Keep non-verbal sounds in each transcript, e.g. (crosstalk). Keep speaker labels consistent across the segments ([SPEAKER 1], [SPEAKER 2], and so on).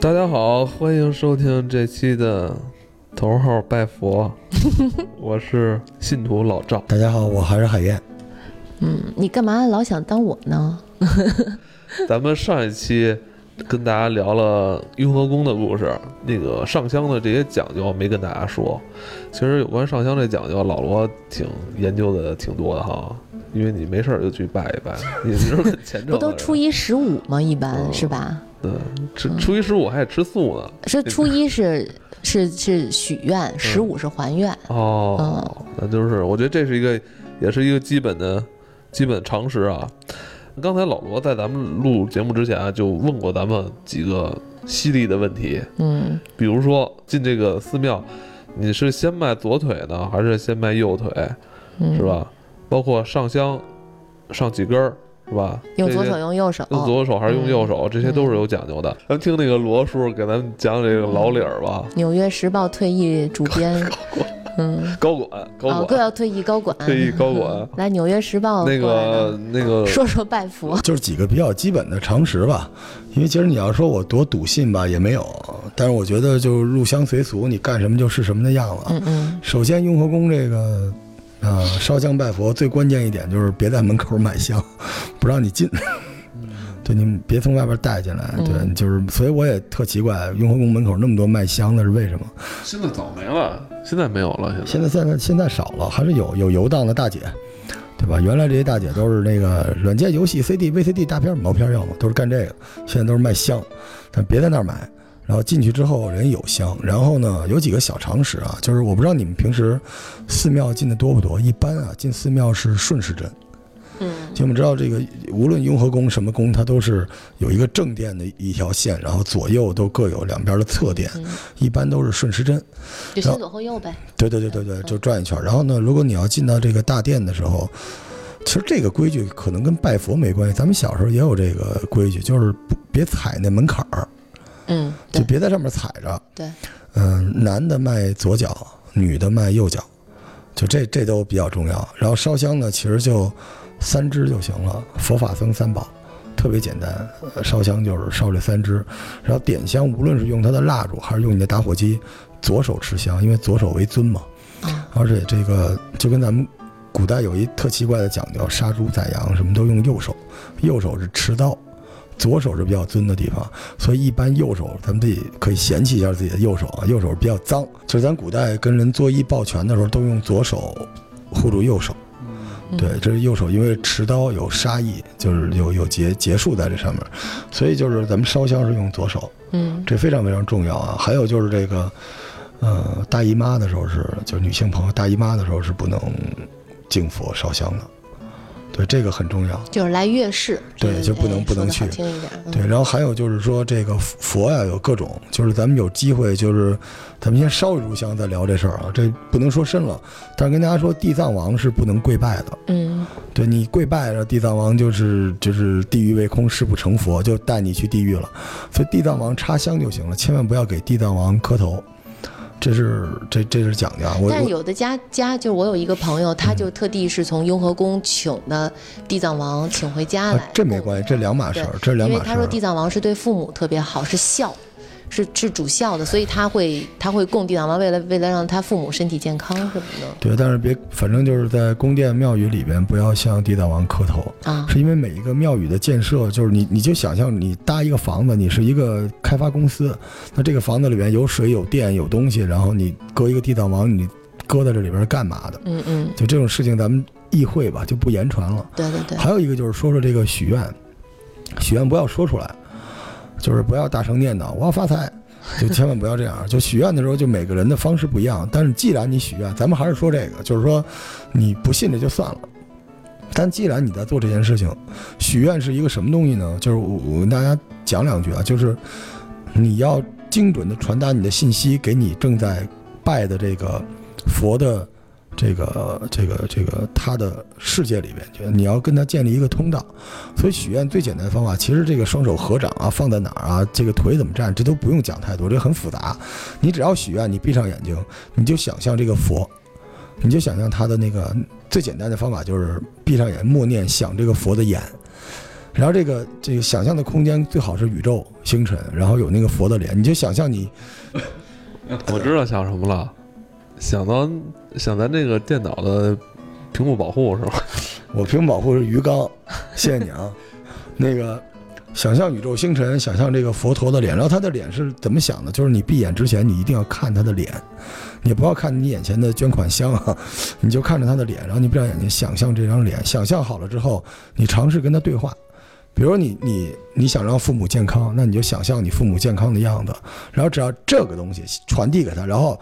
[SPEAKER 1] 大家好，欢迎收听这期的头号拜佛，
[SPEAKER 2] (laughs)
[SPEAKER 1] 我是信徒老赵。
[SPEAKER 3] 大家好，我还是海燕。
[SPEAKER 2] 嗯，你干嘛老想当我呢？
[SPEAKER 1] 咱们上一期跟大家聊了雍和宫的故事，那个上香的这些讲究没跟大家说。其实有关上香这讲究，老罗挺研究的挺多的哈，因为你没事儿就去拜一拜，你是很虔诚的人。
[SPEAKER 2] 不都初一十五吗？一般、
[SPEAKER 1] 嗯
[SPEAKER 2] 是吧？
[SPEAKER 1] 对，吃初一十五还得吃素呢。
[SPEAKER 2] 是初一是
[SPEAKER 1] (laughs)
[SPEAKER 2] 是是许愿，十五是还愿。
[SPEAKER 1] 嗯哦，那就是我觉得这是一个，也是一个基本的基本常识啊。刚才老罗在咱们录节目之前啊，就问过咱们几个犀利的问题，
[SPEAKER 2] 嗯，
[SPEAKER 1] 比如说进这个寺庙，你是先迈左腿呢，还是先迈右腿，
[SPEAKER 2] 嗯
[SPEAKER 1] 是？吧？包括上香，上几根儿，是吧？
[SPEAKER 2] 用
[SPEAKER 1] 这
[SPEAKER 2] 左
[SPEAKER 1] 些
[SPEAKER 2] 手，用右哦嗯手。
[SPEAKER 1] 用左手还是用右手，这些都是有讲究的。
[SPEAKER 2] 嗯
[SPEAKER 1] 咱们听那个罗叔给咱们讲这个老理儿吧，
[SPEAKER 2] 纽约时报退役主编，嗯，
[SPEAKER 1] 高管，
[SPEAKER 2] 哦哦
[SPEAKER 1] 高，
[SPEAKER 2] 各
[SPEAKER 1] 管，
[SPEAKER 2] 要退役高管，嗯
[SPEAKER 1] 退役高管。
[SPEAKER 2] 来纽约时报
[SPEAKER 1] 那
[SPEAKER 2] 过来
[SPEAKER 1] 个呃
[SPEAKER 2] 呢
[SPEAKER 1] 那个
[SPEAKER 2] 说说拜佛。
[SPEAKER 3] 就是几个比较基本的常识吧。因为其实你要说我多笃信吧，也没有。但是我觉得就入乡随俗，你干什么就是什么的样子。
[SPEAKER 2] 嗯嗯，
[SPEAKER 3] 首先，雍和宫这个，呃，烧香拜佛最关键一点就是别在门口买香， (laughs) 不让你进。对，你们别从外边带进来。对，就是，所以我也特奇怪，雍和宫门口那么多卖香的是为什么？
[SPEAKER 1] 现在早没了，现在没有了。现在
[SPEAKER 3] 现在现在现在少了，还是有有游荡的大姐，对吧？原来这些大姐都是那个软件、游戏、CD、VCD 大片、毛片要么都是干这个，现在都是卖香，但别在那儿买。然后进去之后，人有香。然后呢，有几个小常识啊，就是我不知道你们平时寺庙进的多不多。一般啊，进寺庙是顺时针。嗯，就我们知道这个，无论雍和宫什么宫，它都是有一个正殿的一条线，然后左右都各有两边的侧殿，
[SPEAKER 2] 嗯
[SPEAKER 3] 一般都是顺时针。
[SPEAKER 2] 就
[SPEAKER 3] 然后
[SPEAKER 2] 先左后右呗。
[SPEAKER 3] 对对对对对，就转一圈儿。然后呢，如果你要进到这个大殿的时候，其实这个规矩可能跟拜佛没关系，咱们小时候也有这个规矩，就是不别踩那门槛儿，
[SPEAKER 2] 嗯，
[SPEAKER 3] 就
[SPEAKER 2] 对
[SPEAKER 3] 别在上面踩着。
[SPEAKER 2] 对，
[SPEAKER 3] 嗯、男的迈左脚，女的迈右脚，就这这都比较重要。然后烧香呢，其实就三支就行了，佛法僧三宝。特别简单，呃烧香就是烧这三支，然后点香，无论是用它的蜡烛还是用你的打火机，左手持香，因为左手为尊嘛。
[SPEAKER 2] 啊，
[SPEAKER 3] 而且这个就跟咱们古代有一特奇怪的讲究，杀猪宰羊什么都用右手，右手是持刀，左手是比较尊的地方，所以一般右手咱们自己可以嫌弃一下自己的右手啊，右手比较脏，就是咱古代跟人作揖抱拳的时候都用左手护住右手。
[SPEAKER 2] 嗯
[SPEAKER 3] 对，这是右手，因为持刀有杀意，就是有有结结束在这上面，所以就是咱们烧香是用左手，
[SPEAKER 2] 嗯
[SPEAKER 3] 这非常非常重要啊。还有就是这个，呃，大姨妈的时候是，就是女性朋友大姨妈的时候是不能敬佛烧香的，对，这个很重要。
[SPEAKER 2] 就是来月事。
[SPEAKER 3] 对就不能
[SPEAKER 2] 哎
[SPEAKER 3] 不能
[SPEAKER 2] 说得好
[SPEAKER 3] 去
[SPEAKER 2] 听一点。嗯
[SPEAKER 3] 对，然后还有就是说这个佛呀、有各种，就是咱们有机会就是，咱们先烧一炷香再聊这事儿啊，这不能说深了。但是跟大家说，地藏王是不能跪拜的，
[SPEAKER 2] 嗯，
[SPEAKER 3] 对你跪拜了地藏王就是就是地狱未空，誓不成佛，就带你去地狱了。所以地藏王插香就行了，千万不要给地藏王磕头，这是这这是讲究啊。我
[SPEAKER 2] 但
[SPEAKER 3] 我嗯
[SPEAKER 2] 有的家家就是我有一个朋友，他就特地是从雍和宫请的地藏王请回家来
[SPEAKER 3] 啊，，这没关系，这两码事儿，这
[SPEAKER 2] 因
[SPEAKER 3] 两
[SPEAKER 2] 为
[SPEAKER 3] 码事
[SPEAKER 2] 他说
[SPEAKER 3] 儿。
[SPEAKER 2] 地藏王是对父母特别好，是孝，是是主孝的，所以他会他会供地藏王，为了为了让他父母身体健康什么的
[SPEAKER 3] 对，但是别，反正就是在宫殿庙宇里边，不要向地藏王磕头。
[SPEAKER 2] 啊。
[SPEAKER 3] 是因为每一个庙宇的建设，就是你你就想象你搭一个房子，你是一个开发公司，那这个房子里边有水有电有东西，然后你搁一个地藏王，你搁在这里边是干嘛的？
[SPEAKER 2] 嗯嗯，
[SPEAKER 3] 就这种事情咱们意会吧，就不言传了。
[SPEAKER 2] 对对对，
[SPEAKER 3] 还有一个就是说说这个许愿，许愿不要说出来，就是不要大声念叨我要发财，就千万不要这样。就许愿的时候，就每个人的方式不一样。但是既然你许愿，咱们还是说这个，就是说你不信这就算了。但既然你在做这件事情，许愿是一个什么东西呢？就是我我跟大家讲两句啊，就是你要精准的传达你的信息给你正在拜的这个佛的这个这个这个他的世界里边，就是你要跟他建立一个通道。所以许愿最简单的方法，其实这个双手合掌啊，放在哪儿啊，这个腿怎么站，这都不用讲太多，这很复杂。你只要许愿，你闭上眼睛，你就想象这个佛。你就想象他的那个最简单的方法就是闭上眼默念想这个佛的眼，然后这个这个想象的空间最好是宇宙星辰，然后有那个佛的脸，你就想象你
[SPEAKER 1] 我知道想什么了，想到想咱这个电脑的屏幕保护是吧？
[SPEAKER 3] 我屏幕保护是鱼缸，谢谢你啊。那个，想象宇宙星辰，想象这个佛陀的脸，然后他的脸是怎么想的？就是你闭眼之前，你一定要看他的脸，你不要看你眼前的捐款箱啊， (laughs) 你就看着他的脸，然后你闭上眼睛想象这张脸，想象好了之后，你尝试跟他对话。比如说你你你想让父母健康，那你就想象你父母健康的样子，然后只要这个东西传递给他，然后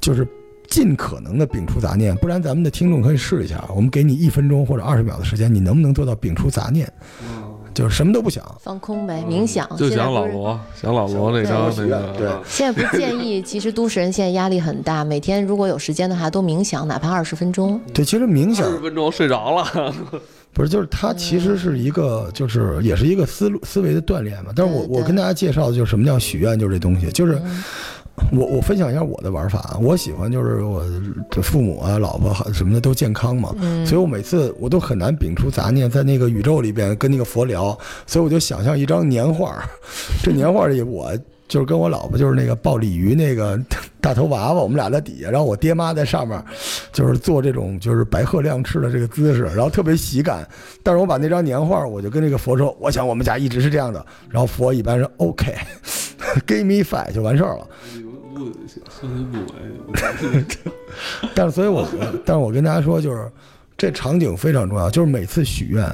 [SPEAKER 3] 就是尽可能的摒除杂念，不然咱们的听众可以试一下，我们给你一分钟或者二十秒的时间，你能不能做到摒除杂念？
[SPEAKER 2] 嗯
[SPEAKER 3] 就是什么都不想。
[SPEAKER 2] 放空呗，
[SPEAKER 3] 嗯
[SPEAKER 2] 冥想。
[SPEAKER 1] 就
[SPEAKER 2] 现在
[SPEAKER 1] 想
[SPEAKER 2] 不
[SPEAKER 1] 老
[SPEAKER 2] 是
[SPEAKER 1] 罗，想老罗那张那
[SPEAKER 3] 对
[SPEAKER 1] 个，
[SPEAKER 3] 对
[SPEAKER 2] 现在不是建议，其实都市人现在压力很大，每天如果有时间的话，多冥想，哪怕二十分钟。
[SPEAKER 3] 对，其实
[SPEAKER 1] 二
[SPEAKER 3] 冥
[SPEAKER 1] 十
[SPEAKER 3] 想
[SPEAKER 1] 分钟睡着了，
[SPEAKER 3] 不是，就是它其实是一个，就是也是一个思路思维的锻炼嘛。但是我
[SPEAKER 2] 对对
[SPEAKER 3] 我跟大家介绍的就是什么叫许愿，就是这东西，就是
[SPEAKER 2] 嗯
[SPEAKER 3] 我我分享一下我的玩法啊，我喜欢就是我的父母啊、老婆啊什么的都健康嘛，
[SPEAKER 2] 嗯
[SPEAKER 3] 所以我每次我都很难摒除杂念，在那个宇宙里边跟那个佛聊，所以我就想象一张年画儿，这年画儿里我就是跟我老婆就是那个抱鲤鱼那个大头娃娃，我们俩在底下，然后我爹妈在上面，就是做这种就是白鹤亮翅的这个姿势，然后特别喜感。但是我把那张年画儿，我就跟那个佛说，我想我们家一直是这样的，然后佛一般是 (laughs) OK，give、me five 就完事儿了。
[SPEAKER 1] 不心不稳。
[SPEAKER 3] (laughs) 但是，所以我，但是我跟大家说，就是这场景非常重要，就是每次许愿，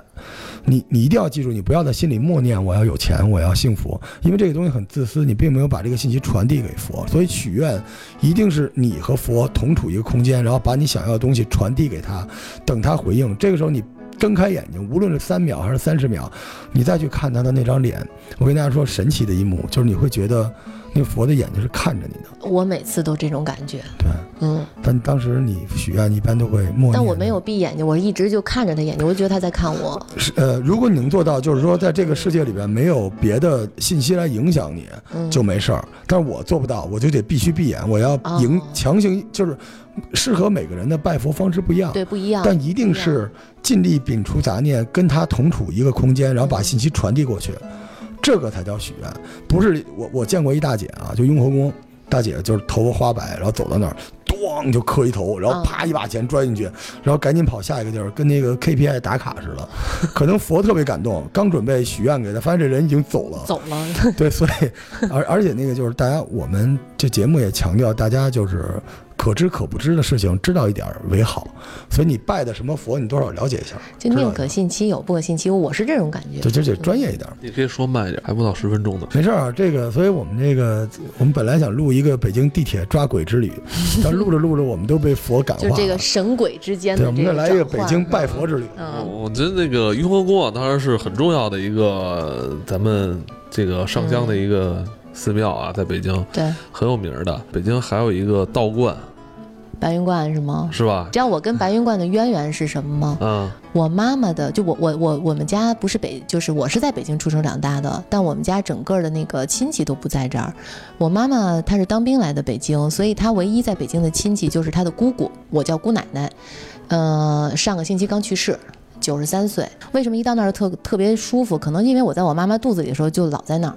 [SPEAKER 3] 你你一定要记住，你不要在心里默念我要有钱，我要幸福，因为这个东西很自私，你并没有把这个信息传递给佛，所以许愿一定是你和佛同处一个空间，然后把你想要的东西传递给他，等他回应。这个时候你。睁开眼睛，无论是三秒还是三十秒，你再去看他的那张脸，我跟大家说，神奇的一幕就是你会觉得，那佛的眼睛是看着你的，
[SPEAKER 2] 我每次都这种感觉，
[SPEAKER 3] 对。
[SPEAKER 2] 嗯，
[SPEAKER 3] 但当时你许愿一般都会默念，
[SPEAKER 2] 但我没有闭眼睛，我一直就看着他眼睛，我就觉得他在看我。
[SPEAKER 3] 是呃，如果你能做到，就是说在这个世界里边没有别的信息来影响你，
[SPEAKER 2] 嗯，
[SPEAKER 3] 就没事儿。但是我做不到，我就得必须闭眼，我要
[SPEAKER 2] 哦
[SPEAKER 3] 迎强行就是适合每个人的拜佛方式不一样，
[SPEAKER 2] 对不一样。
[SPEAKER 3] 但一定是尽力摒除杂念，跟他同处一个空间，然后
[SPEAKER 2] 嗯
[SPEAKER 3] 把信息传递过去，这个才叫许愿。不是我我见过一大姐啊，就雍和宫大姐，就是头发花白，然后走到那儿。咣就磕一头，然后
[SPEAKER 2] 嗯
[SPEAKER 3] 啪一把钱钻进去，然后赶紧跑下一个地儿，跟那个 KPI 打卡似的。可能佛特别感动，刚准备许愿给他，发现这人已经走了。
[SPEAKER 2] 走了，
[SPEAKER 3] (laughs) 对，所以而而且那个就是大家，我们这节目也强调，大家就是可知可不知的事情，知道一点儿为好。所以你拜的什么佛，你多少了解一下，
[SPEAKER 2] 就
[SPEAKER 3] 知道
[SPEAKER 2] 宁
[SPEAKER 3] 一
[SPEAKER 2] 可
[SPEAKER 3] 点
[SPEAKER 2] 信其有，不可信其无。我是这种感觉。
[SPEAKER 3] 对，就就专业一点儿。
[SPEAKER 1] 你可以说慢一点，还不到十分钟呢。
[SPEAKER 3] 没事儿啊，这个，所以我们这个，我们本来想录一个北京地铁抓鬼之
[SPEAKER 2] (laughs)
[SPEAKER 3] 旅，但录着录着，我们都被佛感化
[SPEAKER 2] 就
[SPEAKER 3] 了。
[SPEAKER 2] 这个神鬼之间
[SPEAKER 3] 对，
[SPEAKER 2] 的
[SPEAKER 3] 我
[SPEAKER 2] 这
[SPEAKER 3] 们再
[SPEAKER 2] 个
[SPEAKER 3] 来一个
[SPEAKER 2] 转
[SPEAKER 3] 北
[SPEAKER 2] 换
[SPEAKER 3] 京拜佛之旅。
[SPEAKER 1] 我
[SPEAKER 2] 嗯，
[SPEAKER 1] 我觉得那个雍和宫啊，当然是很重要的一个呃咱们这个上香的一个寺庙
[SPEAKER 2] 嗯
[SPEAKER 1] 啊，在北京
[SPEAKER 2] 对，
[SPEAKER 1] 很有名儿的。北京还有一个道观，
[SPEAKER 2] 白云观是吗？
[SPEAKER 1] 是吧？
[SPEAKER 2] 知道我跟白云观的渊源是什么吗？
[SPEAKER 1] 嗯，
[SPEAKER 2] 我妈妈的，就我我我我们家不是北，就是我是在北京出生长大的，但我们家整个的那个亲戚都不在这儿。我妈妈她是当兵来的北京，所以她唯一在北京的亲戚就是她的姑姑，我叫姑奶奶。呃，上个星期刚去世，九十三岁。为什么一到那儿特特别舒服？可能因为我在我妈妈肚子里的时候就老在那儿。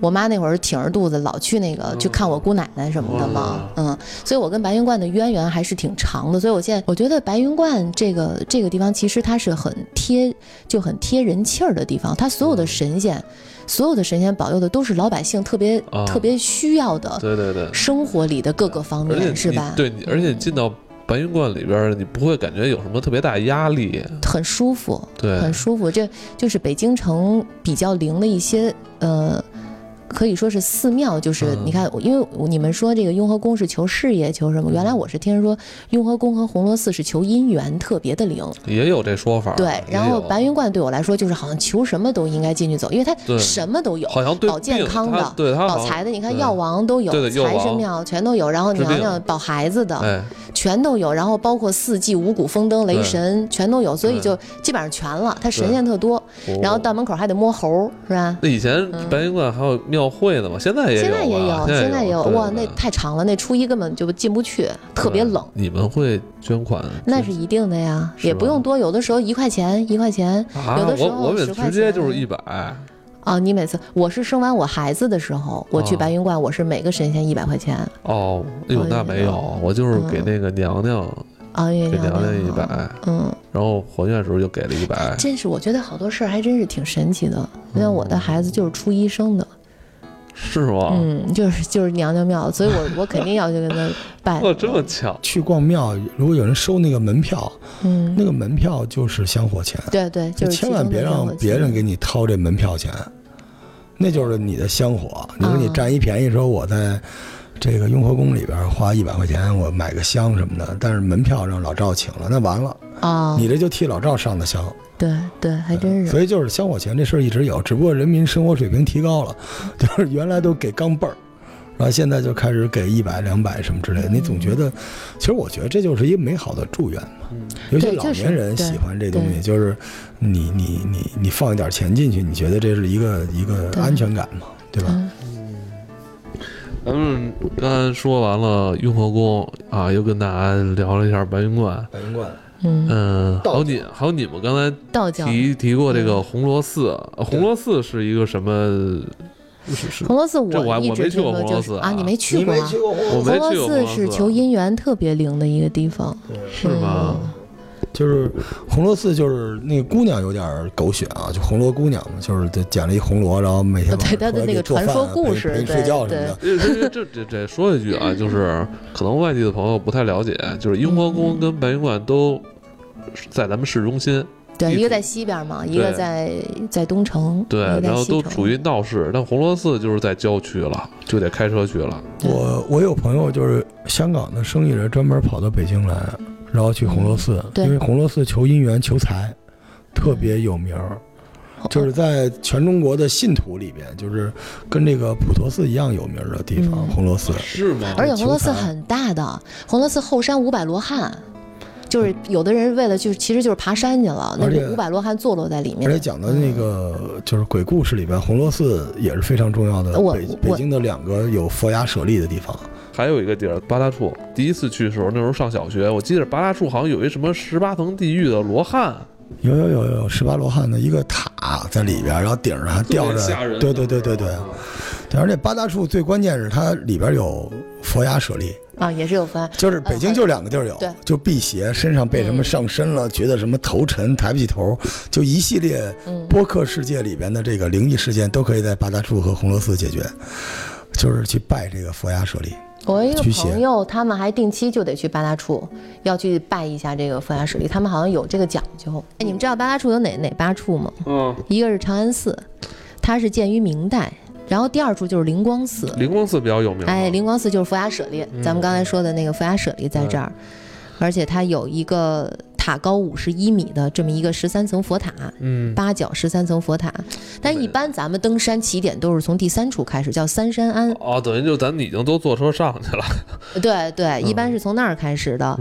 [SPEAKER 2] 我妈那会儿挺着肚子，老去那个去看我姑奶奶什么的嘛，嗯，所以我跟白云观的渊源还是挺长的。所以我现在我觉得白云观这个这个地方，其实它是很贴就很贴人气儿的地方。它所有的神仙，所有的神仙保佑的都是老百姓特别、
[SPEAKER 1] 啊
[SPEAKER 2] 特别需要的
[SPEAKER 1] 对对对，
[SPEAKER 2] 生活里的各个方
[SPEAKER 1] 而且
[SPEAKER 2] 面，
[SPEAKER 1] 你
[SPEAKER 2] 是吧？嗯
[SPEAKER 1] 对，你而且你进到白云观里边儿，你不会感觉有什么特别大压力。
[SPEAKER 2] 很舒服，
[SPEAKER 1] 对，
[SPEAKER 2] 很舒服。这就是北京城比较灵的一些呃。可以说是寺庙，就是
[SPEAKER 1] 嗯
[SPEAKER 2] 你看，因为你们说这个雍和宫是求事业、求什么？
[SPEAKER 1] 嗯
[SPEAKER 2] 原来我是听人说雍和宫和红螺寺是求姻缘，特别的灵。
[SPEAKER 1] 也有这说法儿。
[SPEAKER 2] 对，然后
[SPEAKER 1] 啊也有
[SPEAKER 2] 白云观对我来说就是好像求什么都应该进去走，因为它
[SPEAKER 1] 对
[SPEAKER 2] 什么都有，
[SPEAKER 1] 好像对
[SPEAKER 2] 保健
[SPEAKER 1] 病
[SPEAKER 2] 康
[SPEAKER 1] 它
[SPEAKER 2] 的
[SPEAKER 1] 对他
[SPEAKER 2] 保财的，你看
[SPEAKER 1] 对
[SPEAKER 2] 药王都有，
[SPEAKER 1] 对的药
[SPEAKER 2] 财神
[SPEAKER 1] 王
[SPEAKER 2] 庙全都有，然后
[SPEAKER 1] 治
[SPEAKER 2] 娘
[SPEAKER 1] 病
[SPEAKER 2] 娘保孩子的，
[SPEAKER 1] 哎，
[SPEAKER 2] 全都有，然后包括四季、五谷丰登、雷
[SPEAKER 1] 对
[SPEAKER 2] 神全都有，所以
[SPEAKER 1] 对
[SPEAKER 2] 就基本上全了。它神
[SPEAKER 1] 对
[SPEAKER 2] 仙特多，
[SPEAKER 1] 哦
[SPEAKER 2] 然后到门口还得摸猴儿，是吧？
[SPEAKER 1] 那以前白云观还有庙会呢嘛，现在也有
[SPEAKER 2] 现
[SPEAKER 1] 吧，
[SPEAKER 2] 在也
[SPEAKER 1] 现
[SPEAKER 2] 有，现
[SPEAKER 1] 在
[SPEAKER 2] 在也有，
[SPEAKER 1] 对
[SPEAKER 2] 哇，
[SPEAKER 1] 对
[SPEAKER 2] 那太长了，那初一根本就进不去，特别冷。
[SPEAKER 1] 你们会捐款？
[SPEAKER 2] 那是一定的呀，
[SPEAKER 1] 是啊
[SPEAKER 2] 也不
[SPEAKER 1] 吧
[SPEAKER 2] 用多，有的时候一块钱一块钱
[SPEAKER 1] 啊，
[SPEAKER 2] 有的时
[SPEAKER 1] 我
[SPEAKER 2] 候
[SPEAKER 1] 我们
[SPEAKER 2] 10
[SPEAKER 1] 直
[SPEAKER 2] 块
[SPEAKER 1] 接
[SPEAKER 2] 钱
[SPEAKER 1] 就是一百，
[SPEAKER 2] 啊。你每次我是生完我孩子的时候，我去
[SPEAKER 1] 啊
[SPEAKER 2] 白云观，我是每个神仙一百块钱
[SPEAKER 1] 哦，哎呦
[SPEAKER 2] 哎
[SPEAKER 1] 那没有，我就是
[SPEAKER 2] 嗯
[SPEAKER 1] 给那个娘娘
[SPEAKER 2] 啊，月
[SPEAKER 1] 给
[SPEAKER 2] 亮
[SPEAKER 1] 娘娘一百，
[SPEAKER 2] 嗯，
[SPEAKER 1] 然后还愿的时候就给了一百，
[SPEAKER 2] 真是我觉得好多事儿还真是挺神奇的。
[SPEAKER 1] 嗯
[SPEAKER 2] 像我的孩子就是初一生的，
[SPEAKER 1] 是吗？
[SPEAKER 2] 嗯，就是就是娘娘庙，所以我 (laughs) 我肯定要去跟他拜。
[SPEAKER 1] 哇，这么巧，
[SPEAKER 3] 去逛庙，如果有人收那个门票，
[SPEAKER 2] 嗯，
[SPEAKER 3] 那个门票就是香火钱，
[SPEAKER 2] 对对，就是
[SPEAKER 3] 千万别让别人给你掏这门票钱，那就是你的香火。你说你
[SPEAKER 2] 啊
[SPEAKER 3] 占一便宜，说我在这个雍和宫里边花一百块钱，我买个香什么的，但是门票让老赵请了，那完了，
[SPEAKER 2] 啊，
[SPEAKER 3] 你这就替老赵上的香。
[SPEAKER 2] 对对，还真是。
[SPEAKER 3] 所以就是香火钱这事儿一直有，只不过人民生活水平提高了， (laughs) 就是原来都给钢镚儿，然后现在就开始给一百、两百什么之类的。
[SPEAKER 2] 嗯
[SPEAKER 3] 你总觉得，其实我觉得这就是一个美好的祝愿嘛。
[SPEAKER 1] 嗯
[SPEAKER 3] 尤其
[SPEAKER 2] 对
[SPEAKER 3] 老
[SPEAKER 2] 确实
[SPEAKER 3] 年人喜欢这东西，
[SPEAKER 2] 对
[SPEAKER 3] 就是你你你你放一点钱进去，你觉得这是一个一个
[SPEAKER 2] 对
[SPEAKER 3] 安全感嘛，对吧？
[SPEAKER 2] 嗯
[SPEAKER 1] 咱们刚才说完了雍和宫啊，又跟大家聊了一下白云观，
[SPEAKER 3] 白云观
[SPEAKER 2] 嗯，
[SPEAKER 1] 嗯，还
[SPEAKER 3] 道
[SPEAKER 1] 有你还有你们刚才
[SPEAKER 2] 道教
[SPEAKER 1] 提提过这个
[SPEAKER 2] 嗯
[SPEAKER 1] 红螺寺，呃红螺寺是一个什么？是是
[SPEAKER 2] 红螺寺我
[SPEAKER 1] 这我还
[SPEAKER 2] 一
[SPEAKER 1] 我
[SPEAKER 2] 直
[SPEAKER 1] 没去
[SPEAKER 2] 听
[SPEAKER 1] 过
[SPEAKER 2] 说
[SPEAKER 1] 红
[SPEAKER 2] 就
[SPEAKER 1] 螺
[SPEAKER 2] 是
[SPEAKER 1] 寺
[SPEAKER 2] 啊，
[SPEAKER 1] 啊
[SPEAKER 2] 你没去过啊？
[SPEAKER 3] 过
[SPEAKER 1] 我没
[SPEAKER 2] 红
[SPEAKER 1] 去过红
[SPEAKER 2] 螺寺是
[SPEAKER 1] 螺寺啊
[SPEAKER 2] 求姻缘特别灵的一个地方，
[SPEAKER 1] 是吗？
[SPEAKER 3] 就是红螺寺，就是那个姑娘有点狗血啊，就红螺姑娘嘛，就是就捡了一红螺，然后每天晚上
[SPEAKER 2] 对她的
[SPEAKER 3] 出来
[SPEAKER 2] 那
[SPEAKER 3] 给
[SPEAKER 2] 个
[SPEAKER 3] 做饭啊
[SPEAKER 2] 传说故事
[SPEAKER 3] 陪陪你
[SPEAKER 2] 对
[SPEAKER 3] 睡觉什么
[SPEAKER 2] 对
[SPEAKER 3] 的。
[SPEAKER 1] 这这这这这说一句啊，就是可能外地的朋友不太了解，就是雍和宫跟白云观都在咱们市中心，
[SPEAKER 2] 对，
[SPEAKER 1] 地
[SPEAKER 2] 一个
[SPEAKER 1] 主
[SPEAKER 2] 在西边嘛，一个
[SPEAKER 1] 对
[SPEAKER 2] 在在东城，
[SPEAKER 1] 对
[SPEAKER 2] 一个，在
[SPEAKER 1] 然后
[SPEAKER 2] 西
[SPEAKER 1] 都
[SPEAKER 2] 城
[SPEAKER 1] 处于闹市，但红螺寺就是在郊区了，就得开车去了。
[SPEAKER 2] 对
[SPEAKER 3] 我我有朋友就是香港的生意人，专门跑到北京来，然后去红螺寺，
[SPEAKER 2] 嗯对
[SPEAKER 3] 因为红螺寺求姻缘求财，特别有名儿。
[SPEAKER 2] 哦
[SPEAKER 3] 就是在全中国的信徒里边，就是跟这个普陀寺一样有名儿的地方，
[SPEAKER 2] 嗯
[SPEAKER 3] 红螺寺。
[SPEAKER 1] 是吗
[SPEAKER 2] 而且红螺寺
[SPEAKER 3] 求财
[SPEAKER 2] 很大的，红螺寺后山五百罗汉，就是有的人为了就是其实就是爬山去了，那
[SPEAKER 3] 而且
[SPEAKER 2] 五百罗汉坐落在里面
[SPEAKER 3] 而且。讲到那个就是鬼故事里边，红螺寺也是非常重要的
[SPEAKER 2] 嗯我
[SPEAKER 3] 北
[SPEAKER 2] 我
[SPEAKER 3] 北京的两个有佛牙舍利的地方。
[SPEAKER 1] 还有一个地儿八大处，第一次去的时候，那时候上小学，我记得八大处好像有一什么十八层地狱的罗汉，
[SPEAKER 3] 有有有有十八罗汉的一个塔在里边，然后顶上还
[SPEAKER 1] 特别
[SPEAKER 3] 吊着
[SPEAKER 1] 吓人，
[SPEAKER 3] 对对对对对。对而且八大处最关键是它里边有佛牙舍利，
[SPEAKER 2] 啊，也是有分。
[SPEAKER 3] 就是北京就两个地儿有，
[SPEAKER 2] 嗯对嗯
[SPEAKER 3] 就辟邪，身上被什么上身了，觉得什么头沉抬不起头，就一系列
[SPEAKER 2] 嗯
[SPEAKER 3] 播客世界里边的这个灵异事件都可以在八大处和红螺寺解决，就是去拜这个佛牙舍利。
[SPEAKER 2] 我一个
[SPEAKER 3] 驱邪
[SPEAKER 2] 朋友，他们还定期就得去八大处，要去拜一下这个佛牙舍利，他们好像有这个讲究。哎，你们知道八大处有哪哪八处吗？
[SPEAKER 1] 嗯，
[SPEAKER 2] 一个是长安寺，它是建于明代，然后第二处就是灵光寺，
[SPEAKER 1] 灵光寺比较有名。啊
[SPEAKER 2] 哎，灵光寺就是佛牙舍利，咱们刚才说的那个佛牙舍利在这儿，而且它有一个塔高五十一米的这么一个十三层佛塔，
[SPEAKER 1] 嗯，
[SPEAKER 2] 八角十三层佛塔。但一般咱们登山起点都是从第三处开始，叫三山庵。
[SPEAKER 1] 哦，等于就咱已经都坐车上去了。
[SPEAKER 2] 对对，一
[SPEAKER 1] 嗯
[SPEAKER 2] 般是从那儿开始的。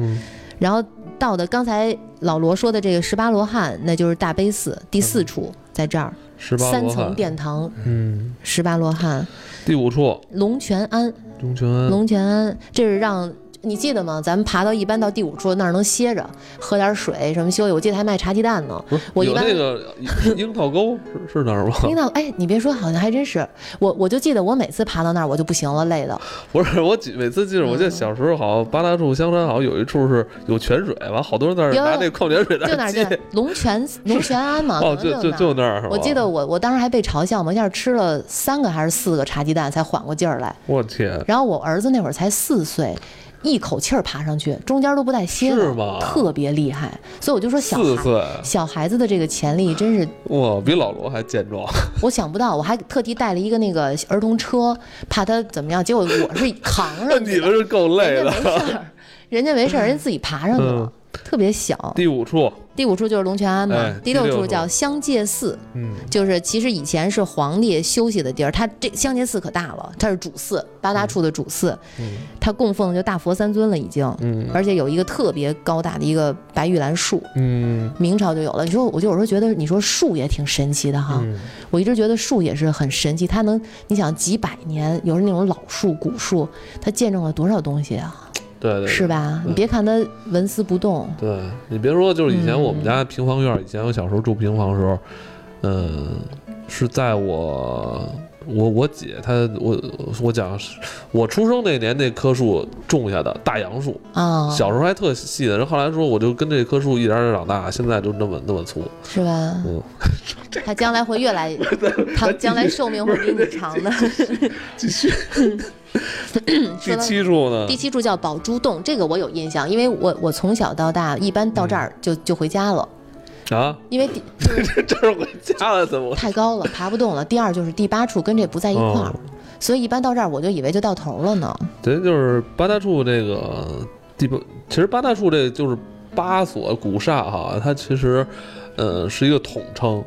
[SPEAKER 2] 然后到的刚才老罗说的这个十八罗汉，那就是大悲寺第四处，在这儿
[SPEAKER 1] 嗯十八
[SPEAKER 2] 三
[SPEAKER 1] 罗
[SPEAKER 2] 层
[SPEAKER 1] 汉，
[SPEAKER 2] 殿堂，
[SPEAKER 1] 嗯，
[SPEAKER 2] 十八罗汉，
[SPEAKER 1] 第五处
[SPEAKER 2] 龙泉庵。
[SPEAKER 1] 龙泉庵，
[SPEAKER 2] 龙泉庵，这是让你记得吗？咱们爬到一般到第五处那儿能歇着，喝点水什么休息。我记得还卖茶鸡蛋
[SPEAKER 1] (laughs)
[SPEAKER 2] 呢。
[SPEAKER 1] 不是
[SPEAKER 2] 我一
[SPEAKER 1] 有
[SPEAKER 2] 般
[SPEAKER 1] 那个樱桃沟是是哪儿吗？
[SPEAKER 2] 听到哎，你别说，好像还真是我，我就记得我每次爬到那儿我就不行了，累的。
[SPEAKER 1] 不是，我记每次记着，我记得
[SPEAKER 2] 嗯
[SPEAKER 1] 小时候好像八大处香山好像有一处是有泉水，完好多人在那儿
[SPEAKER 2] 有
[SPEAKER 1] 拿那矿泉水在
[SPEAKER 2] 就
[SPEAKER 1] 那
[SPEAKER 2] 哪
[SPEAKER 1] 儿 (laughs)
[SPEAKER 2] 儿就哪
[SPEAKER 1] 接
[SPEAKER 2] 儿。龙泉龙泉庵嘛，
[SPEAKER 1] 哦，
[SPEAKER 2] 可
[SPEAKER 1] 就
[SPEAKER 2] 能
[SPEAKER 1] 就
[SPEAKER 2] 那儿
[SPEAKER 1] 就那儿是吧？
[SPEAKER 2] 我记得，我我当时还被嘲笑嘛，一下吃了三个还是四个茶鸡蛋才缓过劲儿来。
[SPEAKER 1] 我天，
[SPEAKER 2] 然后我儿子那会儿才四岁，一口气儿爬上去，中间都不带歇
[SPEAKER 1] 是
[SPEAKER 2] 的
[SPEAKER 1] 吗，
[SPEAKER 2] 特别厉害。所以我就说小
[SPEAKER 1] 四
[SPEAKER 2] 孩
[SPEAKER 1] 岁，
[SPEAKER 2] 小孩子的这个潜力真是
[SPEAKER 1] 哇，比老罗还健壮。
[SPEAKER 2] 我想不到，我还特地带了一个那个儿童车，怕他怎么样。结果我是扛上
[SPEAKER 1] 你
[SPEAKER 2] 去
[SPEAKER 1] (laughs) 们
[SPEAKER 2] 的，
[SPEAKER 1] 是够累嗯
[SPEAKER 2] 人
[SPEAKER 1] 的，
[SPEAKER 2] 家没事儿，人家没事儿，人家自己爬上去了。特别小。
[SPEAKER 1] (laughs) 第五处，
[SPEAKER 2] 第五处就是龙泉庵嘛，
[SPEAKER 1] 哎第
[SPEAKER 2] 第
[SPEAKER 1] 六
[SPEAKER 2] 处
[SPEAKER 1] 处
[SPEAKER 2] 叫香界寺，
[SPEAKER 1] 嗯，
[SPEAKER 2] 就是其实以前是皇帝休息的地儿，它这香界寺可大了，它是主寺，八大处的主寺，
[SPEAKER 1] 嗯
[SPEAKER 2] 它供奉的就大佛三尊了已经，
[SPEAKER 1] 嗯
[SPEAKER 2] 而且有一个特别高大的一个白玉兰树，
[SPEAKER 1] 嗯
[SPEAKER 2] 明朝就有了。你说，我就有时候觉得，你说树也挺神奇的哈，
[SPEAKER 1] 嗯
[SPEAKER 2] 我一直觉得树也是很神奇，它能，你想几百年，有时候那种老树、古树，它见证了多少东西啊，
[SPEAKER 1] 对对对
[SPEAKER 2] 是吧？你别看它纹丝不动，
[SPEAKER 1] 对你别说，就是以前
[SPEAKER 2] 嗯
[SPEAKER 1] 我们家平房院儿，以前我小时候住平房的时候，嗯，是在我我我姐她我我讲是我出生那年那棵树种下的大杨树，
[SPEAKER 2] 啊、
[SPEAKER 1] 小时候还特细的，人后来说我就跟这棵树一点点长大，现在就那么那么粗，
[SPEAKER 2] 是吧？
[SPEAKER 1] 嗯，
[SPEAKER 2] 它将来会越
[SPEAKER 1] (laughs)
[SPEAKER 2] 来，它将来寿命会比你长的。嗯
[SPEAKER 1] 继续。
[SPEAKER 2] 说
[SPEAKER 1] 第
[SPEAKER 2] 到
[SPEAKER 1] 七处呢
[SPEAKER 2] 第？七处叫宝珠洞，这个我有印象，因为我我从小到大一般到这儿
[SPEAKER 1] 嗯
[SPEAKER 2] 就、就回家了，
[SPEAKER 1] 啊，嗯
[SPEAKER 2] 因为第就是
[SPEAKER 1] 这是我家了，怎么？
[SPEAKER 2] 太高了，爬不动了。第二就是第八处跟这不在一块儿，
[SPEAKER 1] 哦
[SPEAKER 2] 所以一般到这儿我就以为就到头
[SPEAKER 1] (laughs)
[SPEAKER 2] 了呢。
[SPEAKER 1] 咱就是八大处这个地方，其实八大处这就是八所古刹哈，它其实，呃，是一个统称。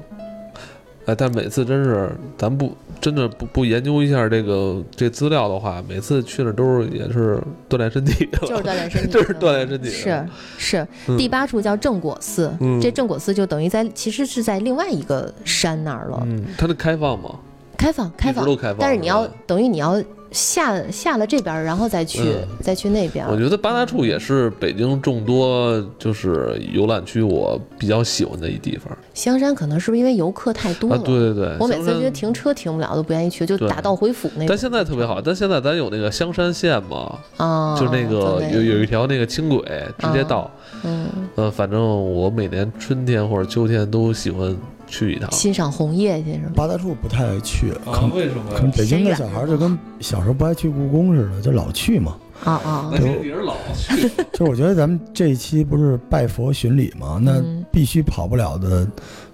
[SPEAKER 1] 哎，但每次真是咱不真的不不研究一下这个这资料的话，每次去那都是也是锻炼身体，
[SPEAKER 2] 就是锻炼身体，
[SPEAKER 1] 就是锻炼身体，
[SPEAKER 2] 是是，
[SPEAKER 1] 嗯
[SPEAKER 2] 第八处叫正果寺，
[SPEAKER 1] 嗯
[SPEAKER 2] 这正果寺就等于在其实是在另外一个山那儿了，
[SPEAKER 1] 嗯，它那开放嘛，
[SPEAKER 2] 开放开
[SPEAKER 1] 一
[SPEAKER 2] 放
[SPEAKER 1] 直，都开放。
[SPEAKER 2] 但是你要
[SPEAKER 1] 吧
[SPEAKER 2] 等于你要下下了这边儿，然后再去、
[SPEAKER 1] 嗯
[SPEAKER 2] 再去那边儿。
[SPEAKER 1] 我觉得八大处也是北京众多就是游览区我比较喜欢的一地方
[SPEAKER 2] 香山可能是不是因为游客太多
[SPEAKER 1] 啊，
[SPEAKER 2] 了？
[SPEAKER 1] 对对对，
[SPEAKER 2] 我每次
[SPEAKER 1] 香山
[SPEAKER 2] 觉得停车停不了，都不愿意去，就
[SPEAKER 1] 对
[SPEAKER 2] 打道回府那
[SPEAKER 1] 但
[SPEAKER 2] 种。
[SPEAKER 1] 现在特别好，但现在咱有那个香山线嘛，
[SPEAKER 2] 啊，
[SPEAKER 1] 就那个
[SPEAKER 2] 对
[SPEAKER 1] 有有一条那个轻轨直
[SPEAKER 2] 啊
[SPEAKER 1] 接到。
[SPEAKER 2] 嗯，
[SPEAKER 1] 呃，反正我每年春天或者秋天都喜欢去一趟。
[SPEAKER 2] 欣赏红叶去是吗？
[SPEAKER 3] 八大处不太爱去，可能
[SPEAKER 1] 啊为什么
[SPEAKER 3] 可能北京的小孩儿就跟小时候不爱去故宫似的，就老去
[SPEAKER 2] (laughs)
[SPEAKER 3] 嘛。
[SPEAKER 2] 啊啊，
[SPEAKER 3] 那这
[SPEAKER 1] 你是老去，
[SPEAKER 3] 就是我觉得咱们这一期不是拜佛巡礼嘛，那
[SPEAKER 2] 嗯
[SPEAKER 3] 必须跑不了的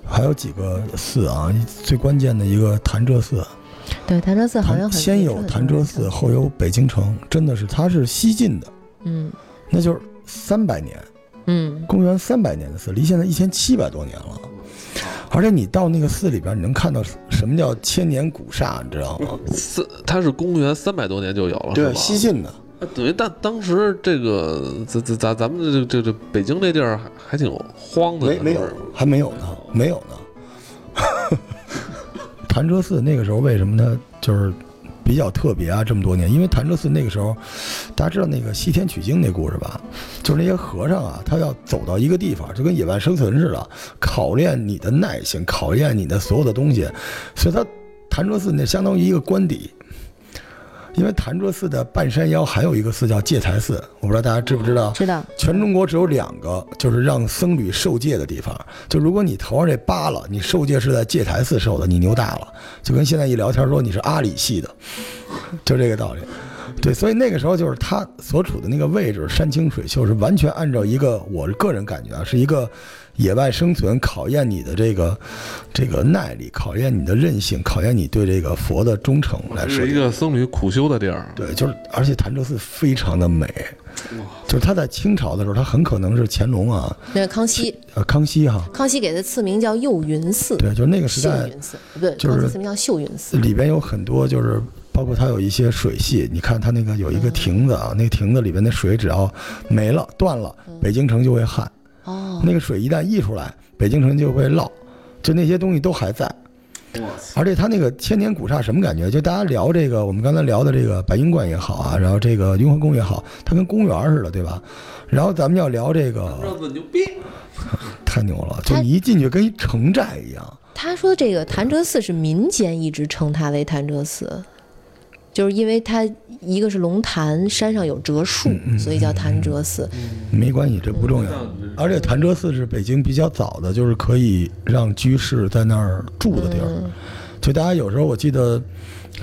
[SPEAKER 3] 还有几个寺啊，最关键的一个潭柘寺，
[SPEAKER 2] 对，潭柘寺好像
[SPEAKER 3] 潭
[SPEAKER 2] 很
[SPEAKER 3] 先有潭柘寺，，后有北京城，真的是它是西晋的，
[SPEAKER 2] 嗯
[SPEAKER 3] 那就是三百年，
[SPEAKER 2] 嗯，
[SPEAKER 3] 公元三百年的寺，离现在一千七百多年了。而且你到那个寺里边，你能看到什么叫千年古刹，你知道吗？
[SPEAKER 1] (laughs) 三它是公元三百多年就有了，
[SPEAKER 3] 对，西
[SPEAKER 1] 是吧？
[SPEAKER 3] 晋的，
[SPEAKER 1] 那等于当当时这个咱咱咱咱们这这这北京这地儿还还挺荒的呢，
[SPEAKER 3] 没没有
[SPEAKER 1] 是吧，
[SPEAKER 3] 还没有呢，没有呢。 (laughs) 潭柘寺那个时候为什么它就是比较特别啊？这么多年，因为潭柘寺那个时候，大家知道那个西天取经那故事吧？就是那些和尚啊，他要走到一个地方，就跟野外生存似的，考验你的耐性，考验你的所有的东西，所以他潭柘寺那相当于一个官邸。因为潭柘寺的半山腰还有一个寺叫戒台寺，我不知道大家知不知道？
[SPEAKER 2] 知道，
[SPEAKER 3] 全中国只有两个，就是让僧侣受戒的地方。就如果你头上这疤了，你受戒是在戒台寺受的，你牛大了。就跟现在一聊天说你是阿里系的，就这个道理。对，所以那个时候就是他所处的那个位置，山清水秀，是完全按照一个我个人感觉啊，是一个野外生存考验你的这个这个耐力，考验你的韧性，考验你对这个佛的忠诚来设
[SPEAKER 1] 是
[SPEAKER 3] 计
[SPEAKER 1] 一。个僧侣苦修的地儿。
[SPEAKER 3] 对，就是而且潭柘寺非常的美，就是它在清朝的时候，它很可能是乾隆啊，
[SPEAKER 2] 那个康熙，
[SPEAKER 3] 呃，康熙哈，
[SPEAKER 2] 康熙给的赐名叫幼云寺，
[SPEAKER 3] 对，就是那个时
[SPEAKER 2] 秀
[SPEAKER 3] 代
[SPEAKER 2] 云寺，不对，
[SPEAKER 3] 就是
[SPEAKER 2] 康熙赐名叫秀云寺，
[SPEAKER 3] 里边有很多就是。包括它有一些水系，你看它那个有一个亭子啊，那个亭子里边的水只要没了、断了，北京城就会旱。
[SPEAKER 2] 哦，
[SPEAKER 3] 那个水一旦溢出来，北京城就会涝，就那些东西都还在。而且它那个千年古刹什么感觉？就大家聊这个，我们刚才聊的这个白云观也好啊，然后这个雍和宫也好，它跟公园似的，对吧？然后咱们要聊这个，
[SPEAKER 1] 子牛逼，啊
[SPEAKER 3] 太牛了！就你一进去跟一城寨一样，
[SPEAKER 2] 他说这个潭柘寺是民间一直称它为潭柘寺，就是因为它一个是龙潭山上有柘树，
[SPEAKER 3] 嗯
[SPEAKER 2] 所以叫潭柘寺。
[SPEAKER 3] 没关系，这不重要。而且潭柘寺是北京比较早的，就是可以让居士在那儿住的地儿。就大家有时候我记得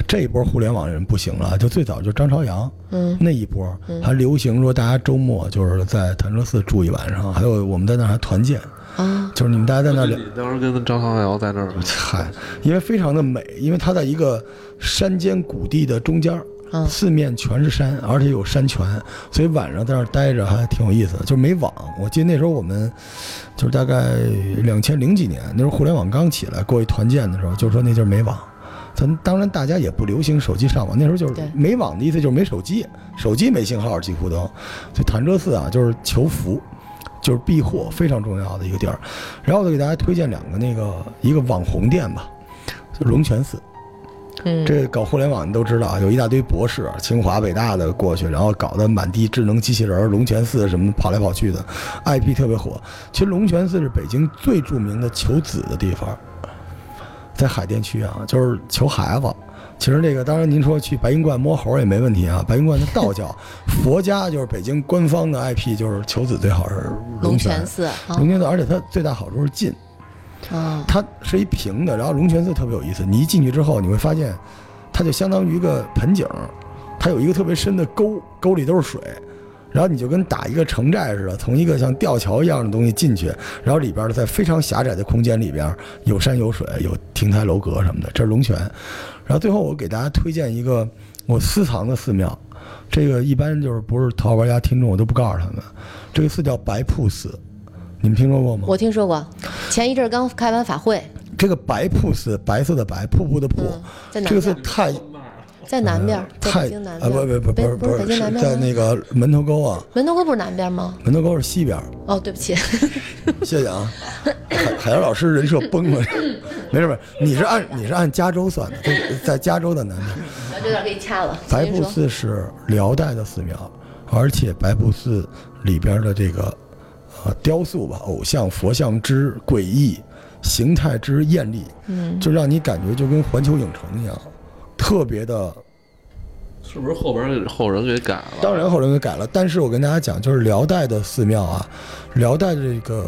[SPEAKER 3] 这一波互联网人不行了，就最早就张朝阳，嗯，那一波还流行说大家周末就是在潭柘寺住一晚上，还有我们在那儿还团建，
[SPEAKER 2] 啊，
[SPEAKER 3] 就是你们大家在那儿聊
[SPEAKER 1] 你当时跟张长尧在
[SPEAKER 3] (laughs)
[SPEAKER 1] 那儿，
[SPEAKER 3] 嗨，因为非常的美，因为它在一个山间谷地的中间儿，
[SPEAKER 2] 嗯
[SPEAKER 3] 四面全是山，而且有山泉，所以晚上在那儿待着还挺有意思的，就是没网。我记得那时候我们就是大概两千零几年，那时候互联网刚起来，过一团建的时候，就说那地儿没网。咱当然大家也不流行手机上网，那时候就是
[SPEAKER 2] 对
[SPEAKER 3] 没网的意思就是没手机，手机没信号几乎都。所以潭柘寺啊，就是求福，就是避祸非常重要的一个地儿。然后我就给大家推荐两个那个一个网红店吧，就龙泉寺。
[SPEAKER 2] 嗯，
[SPEAKER 3] 这搞互联网你都知道，有一大堆博士，清华北大的过去，然后搞得满地智能机器人儿、龙泉寺什么跑来跑去的，IP 特别火。其实龙泉寺是北京最著名的求子的地方，在海淀区啊，就是求孩子。其实这个，当然您说去白云观摸猴儿也没问题啊。白云观是道教，佛家就是北京官方的 IP，就是求子最好是
[SPEAKER 2] 龙
[SPEAKER 3] 泉
[SPEAKER 2] 泉。寺啊
[SPEAKER 3] 龙，泉寺，而且它最大好处是近，
[SPEAKER 2] 嗯，
[SPEAKER 3] 它是一平的，然后龙泉寺特别有意思。你一进去之后，你会发现，它就相当于一个盆景儿，它有一个特别深的沟，沟里都是水，然后你就跟打一个城寨似的，从一个像吊桥一样的东西进去，然后里边儿在非常狭窄的空间里边儿有山有水，有亭台楼阁什么的，这是龙泉。然后最后我给大家推荐一个我私藏的寺庙，这个一般就是不是桃花家听众我都不告诉他们，这个寺叫白瀑寺，你们听说过吗？
[SPEAKER 2] 我听说过，前一阵儿刚开完法会，
[SPEAKER 3] 这个白瀑寺，白色的白，瀑布的瀑，
[SPEAKER 2] 嗯，在
[SPEAKER 3] 这个
[SPEAKER 2] 南
[SPEAKER 3] 是
[SPEAKER 2] 边儿，
[SPEAKER 3] 太
[SPEAKER 2] 在南边儿，在
[SPEAKER 3] 太
[SPEAKER 2] 北京南
[SPEAKER 3] 啊，
[SPEAKER 2] 边
[SPEAKER 3] 不
[SPEAKER 2] 儿，
[SPEAKER 3] 不不
[SPEAKER 2] 北
[SPEAKER 3] 不
[SPEAKER 2] 不
[SPEAKER 3] 不
[SPEAKER 2] 是北京
[SPEAKER 3] 是
[SPEAKER 2] 南边儿
[SPEAKER 3] 在
[SPEAKER 2] 吗
[SPEAKER 3] 那个门头沟啊，
[SPEAKER 2] 门头沟不是南边儿吗？
[SPEAKER 3] 门头沟是西
[SPEAKER 2] (laughs)
[SPEAKER 3] 边儿。
[SPEAKER 2] 哦，对
[SPEAKER 3] (laughs)
[SPEAKER 2] 不起，
[SPEAKER 3] 谢谢啊，海海洋老师人设崩了， (laughs) 没事没事，你是按你是按加州算的，在在加州的南边。
[SPEAKER 2] 我这段给你掐了。
[SPEAKER 3] 白
[SPEAKER 2] 您
[SPEAKER 3] 瀑
[SPEAKER 2] 说
[SPEAKER 3] 寺是辽代的寺庙，而且白瀑寺里边的这个呃雕塑吧，偶像、佛像之诡异，形态之艳丽，嗯，就让你感觉就跟环球影城一样，特别的。
[SPEAKER 1] 是不是后边给后人给改了？
[SPEAKER 3] 当然后人给改了，但是我跟大家讲，就是辽代的寺庙啊，辽代的这个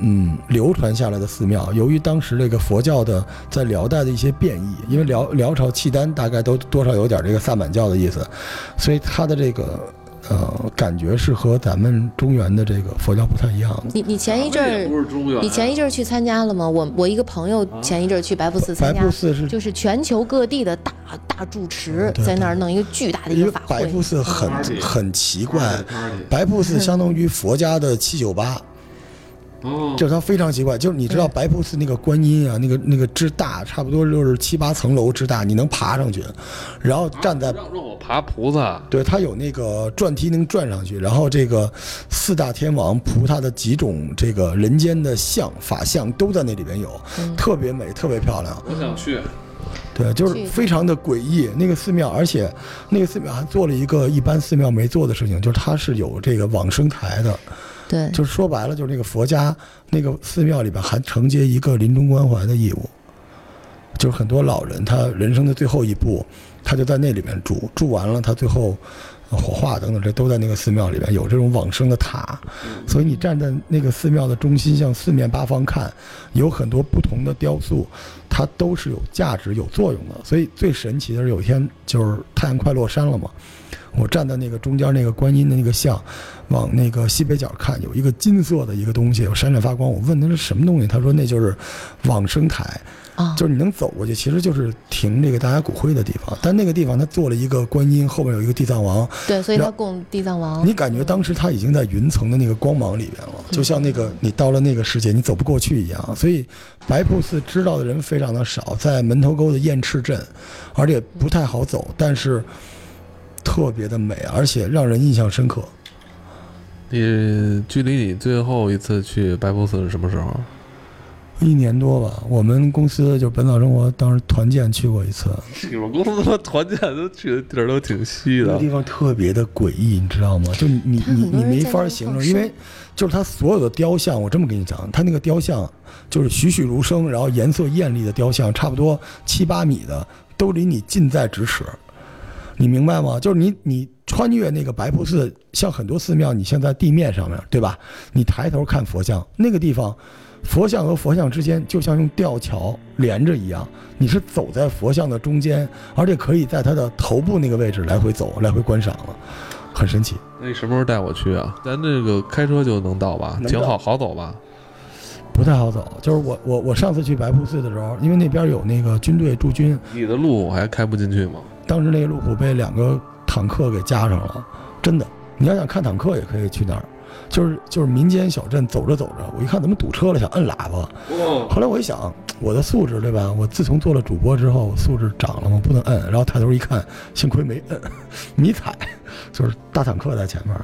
[SPEAKER 3] 嗯流传下来的寺庙，由于当时这个佛教的在辽代的一些变异，因为辽辽朝契丹大概都多少有点这个萨满教的意思，所以它的这个呃感觉是和咱们中原的这个佛教不太一样的。
[SPEAKER 2] 你你前一阵
[SPEAKER 1] 也不
[SPEAKER 2] 哎儿，
[SPEAKER 1] 是啊中原，
[SPEAKER 2] 你前一阵儿去参加了吗？我我一个朋友前一阵儿去白瀑寺
[SPEAKER 3] 白
[SPEAKER 2] 参加
[SPEAKER 3] 瀑，寺是
[SPEAKER 2] 就是全球各地的大大住持
[SPEAKER 3] 对
[SPEAKER 2] 在那儿弄一个巨大的一
[SPEAKER 3] 因
[SPEAKER 2] 个
[SPEAKER 3] 为
[SPEAKER 2] 法
[SPEAKER 3] 白
[SPEAKER 2] 会，
[SPEAKER 3] 瀑寺很
[SPEAKER 1] 嗯
[SPEAKER 3] 很奇怪，
[SPEAKER 1] party
[SPEAKER 3] 白瀑寺相当于佛家的七九八。
[SPEAKER 1] 哦，
[SPEAKER 3] 就是它非常奇怪，就是你知道白瀑寺那个观音啊，那个那个之大，差不多就是七八层楼之大，你能爬上去，然后站在，
[SPEAKER 1] 让让我爬菩萨，
[SPEAKER 3] 对，它有那个转梯能转上去，然后这个四大天王菩萨的几种这个人间的像法像都在那里边有，特别美，特别漂亮，
[SPEAKER 1] 我想去。
[SPEAKER 3] 对，就是
[SPEAKER 2] 去
[SPEAKER 3] 非常的诡异那个寺庙，而且那个寺庙还做了一个一般寺庙没做的事情，就是它是有这个往生台的。
[SPEAKER 2] 对，
[SPEAKER 3] 就是说白了，就是那个佛家那个寺庙里边还承接一个临终关怀的义务，就是很多老人他人生的最后一步，他就在那里面住，住完了他最后呃火化等等，这都在那个寺庙里边有这种往生的塔，所以你站在那个寺庙的中心，向四面八方看，有很多不同的雕塑，它都是有价值、有作用的。所以最神奇的是，有一天就是太阳快落山了嘛，我站在那个中间那个观音的那个像，往那个西北角看，有一个金色的一个东西，我闪闪发光。我问他是什么东西，他说那就是往生台，
[SPEAKER 2] 啊，
[SPEAKER 3] 就是你能走过去，其实就是停这个大家骨灰的地方。但那个地方他做了一个观音，后面有一个地藏王，
[SPEAKER 2] 对，所以他
[SPEAKER 3] 然
[SPEAKER 2] 供地藏王
[SPEAKER 3] 你，感觉当时他已经在云层的那个光芒里边了，就像那个你到了那个世界，你走不过去一样。所以白瀑寺知道的人非常的少，在门头沟的雁翅镇，而且不太好走，但是特别的美，而且让人印象深刻。
[SPEAKER 1] 你距离你最后一次去白瀑寺是什么时候？
[SPEAKER 3] 一年多吧，我们公司就本草生活当时团建去过一次，
[SPEAKER 1] (laughs) 你们公司他妈团建都去的地儿都挺稀
[SPEAKER 3] 那个
[SPEAKER 1] 的
[SPEAKER 3] 地，方特别的诡异，你知道吗？就你你
[SPEAKER 2] 它
[SPEAKER 3] 你
[SPEAKER 2] 很
[SPEAKER 3] 你
[SPEAKER 2] 多人
[SPEAKER 3] 没
[SPEAKER 2] 在那
[SPEAKER 3] 法
[SPEAKER 2] 儿
[SPEAKER 3] 形
[SPEAKER 2] 放
[SPEAKER 3] 容，因为
[SPEAKER 2] 生
[SPEAKER 3] 就是它所有的雕像，我这么跟你讲，它那个雕像就是栩栩如生，然后颜色艳丽的雕像，差不多七八米的，都离你近在咫尺，你明白吗？就是你你穿越那个白瀑寺，像很多寺庙，你像在地面上面对吧？你抬头看佛像，那个地方。佛像和佛像之间就像用吊桥连着一样，你是走在佛像的中间，而且可以在它的头部那个位置来回走、来回观赏了，很神奇。
[SPEAKER 1] 那你什么时候带我去啊？咱这个开车就能到吧？
[SPEAKER 3] 能到
[SPEAKER 1] 挺好，好走吧？
[SPEAKER 3] 不太好走，就是我我我上次去白瀑寺的时候，因为那边有那个军队驻军，
[SPEAKER 1] 你的路我还开不进去吗？
[SPEAKER 3] 当时那个路虎被两个坦克给夹上了，真的。你要想看坦克，也可以去那儿，就是就是民间小镇，走着走着，我一看怎么堵车了，想摁喇叭。
[SPEAKER 1] 哦
[SPEAKER 3] 后来我一想，我的素质对吧？我自从做了主播之后，素质涨了嘛，不能摁。然后抬头一看，幸亏没摁， (laughs) 迷彩，就是大坦克在前面。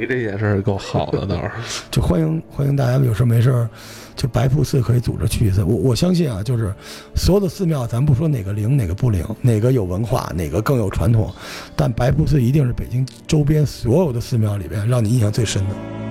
[SPEAKER 1] 你这也是够好的，倒是。
[SPEAKER 3] 就欢迎欢迎大家有事没事儿，就白瀑寺可以组织去一次。我我相信啊，就是所有的寺庙，咱不说哪个灵哪个不灵，哪个有文化哪个更有传统，但白瀑寺一定是北京周边所有的寺庙里边让你印象最深的。